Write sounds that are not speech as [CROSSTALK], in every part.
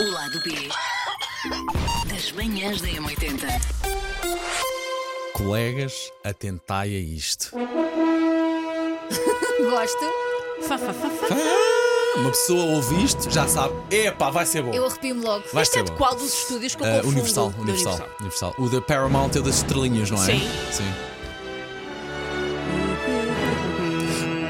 O lado B das manhãs da M80. Colegas, atentai a isto. Gosto. Fá, fá, fá, fá. Uma pessoa ouve isto, já sabe, epá, vai ser bom. Eu arrepio-me logo. Vai Isto ser é de bom. qual dos estúdios que eu Ah, confundo? Universal, Da Universal, Universal. O da Paramount é das estrelinhas, não é? Sim. Sim.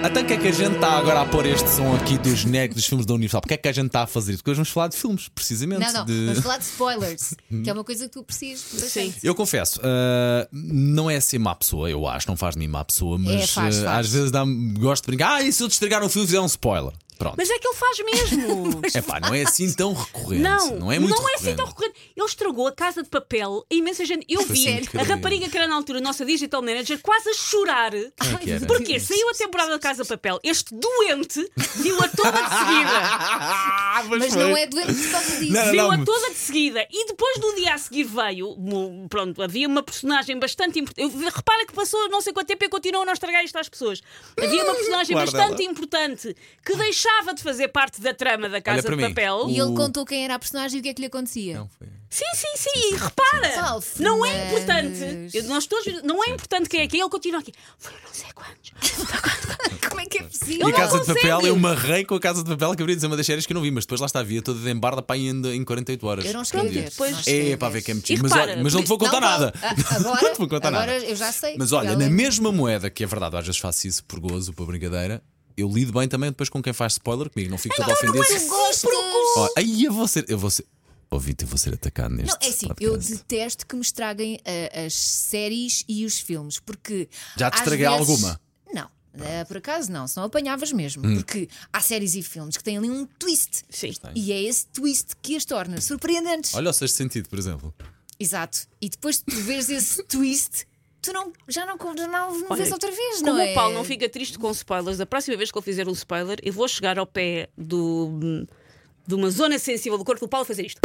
Até que é que a gente está agora a pôr este som aqui do genérico dos filmes da Universal? Porque é que a gente está a fazer? isso? Porque hoje vamos falar de filmes, precisamente. Não, não, de- vamos falar de spoilers, que é uma coisa que tu precisas. bastante. Eu confesso, ah, não é ser má pessoa, eu acho, não faz de mim má pessoa, mas É, faz, ah, faz. às vezes dá-me- gosto de brincar. Ah, e se eu estragar um filme, fizer um spoiler? Pronto. Mas é que ele faz [LAUGHS] mesmo. É pá, não é assim tão recorrente. Não, é muito assim tão recorrente. Ele estragou a casa de papel a imensa gente. Eu Foi vi assim, a incrível. [LAUGHS] rapariga que era na altura nossa digital manager quase a chorar. é que era? Porque saiu a temporada da casa de papel. Este doente viu-a toda de seguida. [LAUGHS] Mas não é doente por causa disso. Não, não. Viu-a toda de seguida. E depois no dia a seguir veio. mo- Pronto, havia uma personagem bastante importante. Repara que passou não sei quanto tempo e continuam a não estragar isto às pessoas. Havia uma personagem Guarda bastante lá. importante que deixava de fazer parte da trama da casa para de mim. papel. E ele O- contou quem era a personagem e o que é que lhe acontecia. Sim, sim, sim, e repara! Salve, não mas- é importante! Eu- Nós todos, não é importante quem é quem, ele continua aqui. Foi eu não sei quantos. Como é que é possível? E a Ele não Casa de consegue. Papel, eu marrei com a Casa de Papel que abri dizer uma das séries que eu não vi, mas depois lá está, via toda de embarda para ainda em 48 horas. Eu não cheguei a ver. depois- não cheguei É, a para ver que é muito E giro. Mas, repara, olha, mas não te vou contar Não, nada. ah, [LAUGHS] não agora, te vou contar agora nada. eu já sei. Mas olha, Ela- é na mesma moeda, que é verdade, eu às vezes faço isso por gozo, por brincadeira, eu lido bem também depois com quem faz spoiler comigo, não fico todo Tu ofendido. gostas? Ó, Aí eu vou ser. Eu vou ser. Ouvinte, eu vou ser atacado neste. Não, é assim, eu podcast. detesto que me estraguem ah, as séries e os filmes, porque. Já te às estraguei vezes- alguma? Hum. Não. ah, por acaso não, senão apanhavas mesmo. Porque há séries e filmes que têm ali um twist. Sim. E é esse twist que as torna surpreendentes. Olha o sexto sentido, por exemplo. Exato. E depois de tu vês esse twist, tu não, já não, já não, não vês outra vez, Como não é? o Paulo não fica triste com spoilers, da próxima vez que ele fizer um spoiler, eu vou chegar ao pé do, de uma zona sensível do corpo do Paulo e fazer isto.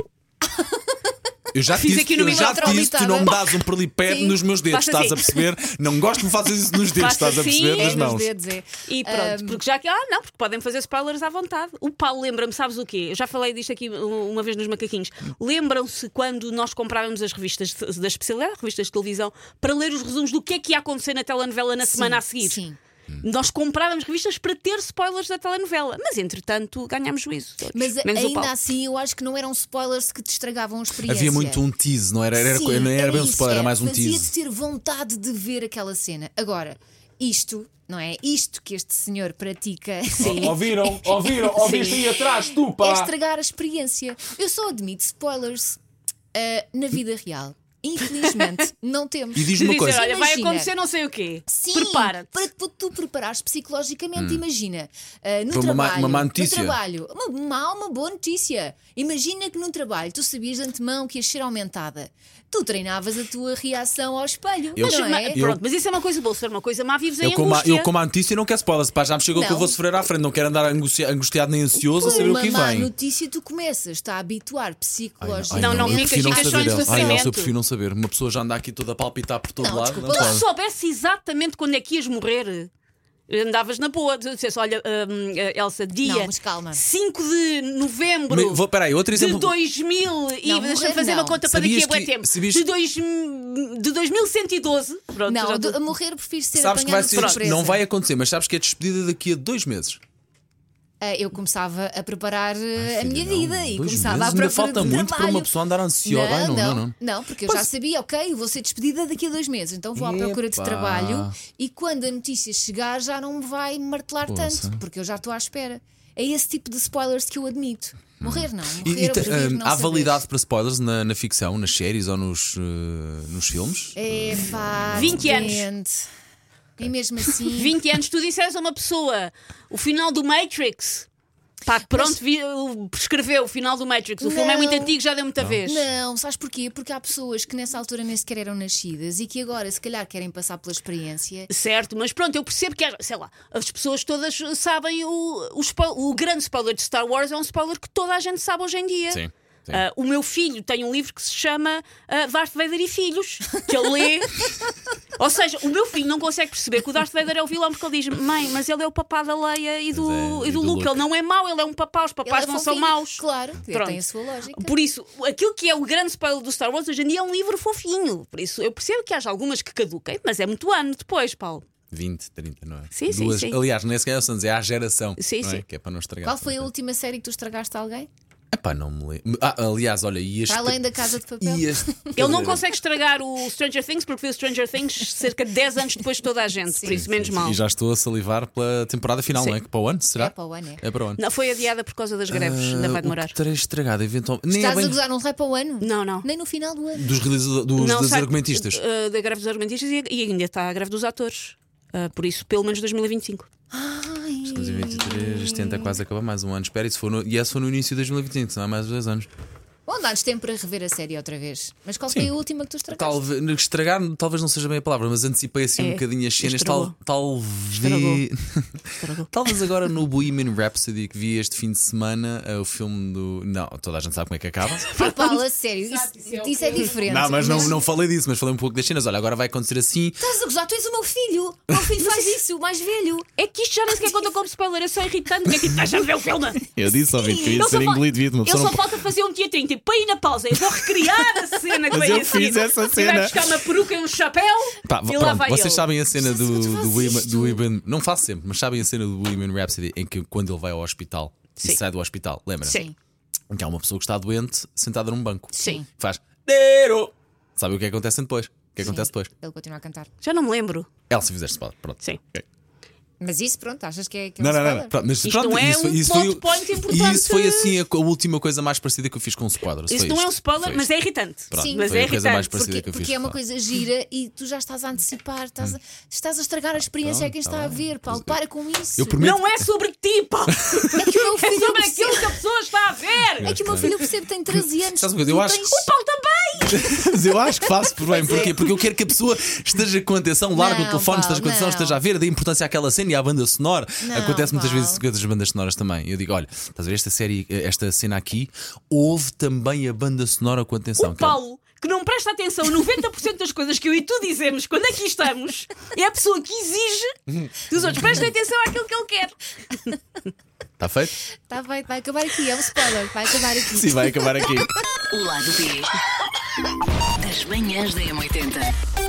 Eu já te [LAUGHS] Fiz disse, aqui no eu já te microfone, disse, tu não me estava. dás um perlipé Sim. nos meus dedos, Faço estás assim. a perceber? Não gosto que me faças isso nos dedos, Faço estás a perceber? assim, Nas É nos mãos. dedos, é. E pronto, porque já que. Ah, não, porque podem fazer spoilers à vontade. O Paulo lembra-me, sabes o quê? Eu já falei disto aqui um- uma vez nos macaquinhos. Lembram-se quando nós comprávamos as revistas de- da especialidade, revistas de televisão, para ler os resumos do que é que ia acontecer na telenovela na semana a seguir? Sim. Nós comprávamos revistas para ter spoilers da telenovela, mas entretanto ganhámos juízo. todos, Mas a- menos o Paulo. ainda assim, eu acho que não eram spoilers que te estragavam a experiência. Havia muito um tease, não era, era, Sim, não é era bem um isso, spoiler, era mais um Fazia-te tease. ter vontade de ver aquela cena. Agora, isto, não é? Isto que este senhor pratica. [LAUGHS] é assim. Sim. Ouviram? Ouviram? Ouviste aí atrás, tu, é estragar a experiência. Eu só admito spoilers ah, na vida real. [LAUGHS] Infelizmente, não temos. E diz-me uma De dizer, coisa. olha, vai Imagina. acontecer não sei o quê. Sim, Prepara-te. para que tu preparares psicologicamente, imagina, ah, no Para Hum. uma má- trabalho, uma má no notícia. trabalho, uma má uma boa notícia. Imagina que no trabalho tu sabias de antemão que ias ser aumentada. Tu treinavas a tua reação ao espelho, Eu- não Mas- é? Eu- Pronto, mas isso é uma coisa boa, se for uma coisa má, vives em Eu como, a, angústia. eu como a notícia não quero spoilers, pá, já me chegou que eu Não. vou sofrer à frente, não quero andar angustia- angustiado nem ansioso a saber o uma que má vem. notícia tu começas a habituar psicologicamente. Não, não, eu fica- prefiro fica só em saber. Elsa. Ai, Elsa, eu sofrimento. prefiro não saber. Uma pessoa já anda aqui toda a palpitar por todo Não, lado. desculpa não lá. Tu pode. se soubesse exatamente quando é que ias morrer, eh, andavas na boa. Tu Dissesse, olha, hum, Elsa, dia Não, mas calma. 5 de novembro. Mas vou- Peraí, outro De exemplo. 2000 e Não, deixa-me morrer fazer não. uma conta Sabias para daqui a bué que- tempo. sabias- De, dois, de 2112. Pronto, Não, já de- tô- a morrer prefiro ser Sabes que vai apanhada de ser, surpresa. não vai acontecer, mas sabes que é despedida daqui a dois meses. Ah, Eu começava a preparar ah, a Filha, minha não, vida e dois começava meses a ainda procurar falta muito para trabalho. uma pessoa andar ansiosa. Ai, não, não, não. porque eu já sabia, ok, vou ser despedida daqui a dois meses, então vou à Epá. procura de trabalho e quando a notícia chegar já não me vai martelar Poça. tanto, porque eu já estou à espera. É esse tipo de spoilers que eu admito. Morrer não, morrer E- e eu te- prefiro hum, não há saber. validade para spoilers na, na ficção, nas séries ou nos, eh, nos filmes? É pá, 20 anos. anos. E mesmo [LAUGHS] assim, 20 anos, tu disseste a uma pessoa o final do Matrix. Pá, pronto, vi, prescreveu o final do Matrix. O filme é muito Não. antigo, já deu muita vez. não, sabes porquê? Porque há pessoas que nessa altura nem sequer eram nascidas e que agora se calhar querem passar pela experiência Certo, mas pronto, eu percebo que, é, sei lá, as pessoas todas sabem o, o, spo- o grande spoiler de Star Wars é um spoiler que toda a gente sabe hoje em dia. Sim. Ah, o meu filho tem um livro que se chama ah, Darth Vader e Filhos, que ele [LAUGHS] lê. Ou seja, o meu filho não consegue perceber que o Darth Vader é o vilão, porque ele diz: mãe, mas ele é o papá da Leia e do, Mas é, e do Luke. Ele não é mau, ele é um papá, os papás Ele é não são fofinho, maus. Claro, que Pronto. tem a sua lógica. Por isso, aquilo que é o grande spoiler do Star Wars hoje em dia é um livro fofinho. Por isso, eu percebo que haja algumas que caduquem, mas é muito ano depois, Paulo. 20, 30, não é? Sim, sim, Duas- sim. Aliás, nem sequer é o Santos, é à geração. Sim, não é? sim. Que é para não estragar. Qual foi a última série que tu estragaste a alguém? Epá, não me lembro. Ah, aliás, olha, e este. Para além da Casa de Papel? E este... [LAUGHS] Ele é não consegue estragar o Stranger Things porque viu o Stranger Things cerca de 10 anos depois de toda a gente. Por isso, menos mal. E já estou a salivar pela temporada final, não é? Que para o ano? Será? É para o ano, é. para o ano. Não, foi adiada por causa das greves, Ah, ainda vai o demorar. que terei estragado, eventualmente. Nem é Estás bem a gozar, não vai para o ano? Não, não. Nem no final do ano. dos, realiza- dos Não, dos sai- argumentistas. eh, da greve dos argumentistas e, e ainda está a greve dos atores. Ah, por isso, pelo menos 2025. Estamos em 23, este ano está quase a acabar, mais um ano. Espera, isso foi no, e esse foi no início de 2025, não é mais dois anos. Bom, dá-nos tempo para rever a série outra vez. Mas qual foi a última que tu estragaste? Talvez, estragar talvez não seja bem a palavra, mas antecipei assim um É, bocadinho as cenas. Tal, Estragou. talvez. [LAUGHS] Estragou. talvez agora no Bohemian Rhapsody que vi este fim de semana, eh, o filme do. Não, toda a gente sabe como é que [LAUGHS] acaba. Ah, Paula, sério, isso, isso é diferente. não, mas não, não falei disso, mas falei um pouco das cenas. Olha, agora vai acontecer assim. Estás a gozar, tu és o meu filho. O meu filho faz isso, o mais velho. É que isto já nem sequer conta como spoiler, é só irritante. porque é que tu estás a ver o filme? Eu disse, ouvinte, que eu ia Ele só ser fa- engolido vivo, uma Ele pessoa só não falta fazer um teatrinho, tipo, põe na pausa, eu vou recriar a cena que Mas vem eu a seguir. fiz essa E vai cena. buscar uma peruca e um chapéu Pá, e lá pronto, vai vocês ele. sabem a cena do, Mas faz do, Bohemian, isto. do Bohemian- Não faço sempre, mas sabem a cena do Bohemian Rhapsody em que quando ele vai ao hospital Sim. e sai do hospital, lembra? Sim. Em que há uma pessoa que está doente sentada num banco. Sim. Faz. Dero! Sabe o que é que acontece depois? O que acontece depois? Ele continua a cantar. Já não me lembro. Ela se fizeste spoiler, pronto. Sim. Ok. Mas isso, pronto, achas que é. Que é um Não, não, não, spoiler? não. Pronto, mas, Isto pronto, não é isso, um isso plot foi o- point E isso foi importante. assim a, co- a última coisa mais parecida que eu fiz com um spoiler. Isso foi não é um isto, spoiler, foi mas isto. é irritante. Pronto, Sim. mas foi é a coisa mais irritante. parecida Porque, que eu fiz. Hum. porque é uma pá. coisa gira e tu já estás a antecipar, estás a, estás a estragar a experiência a quem está a ver, Paulo. Para com isso. tá Eu prometo. Não é sobre ti, pá! É que o meu É filho sobre percebe- aquilo que a pessoa está a ver! É que o meu filho percebe que tem 13 anos. Sabes uma coisa, eu Tu acho- tens- Paulo também! Mas eu acho que faço por bem. Porquê? Porque eu quero que a pessoa esteja com atenção, larga é. Não, o telefone, esteja com Paulo, atenção, não. esteja a ver, dê importância àquela cena e à banda sonora. Não, Acontece muitas Paulo. vezes isso com outras bandas sonoras também. Eu digo, olha, estás a ver esta série, esta cena aqui, houve também a banda sonora com atenção. O que é- Paulo, que não presta atenção a 90% das coisas que eu e tu dizemos quando aqui estamos, é a pessoa que exige que os outros prestem atenção àquilo que ele quer. Está Então, feito? Tá, vai, vai acabar aqui, é um spoiler, vai acabar aqui. Sim, vai acabar aqui. O lado B das manhãs da M80.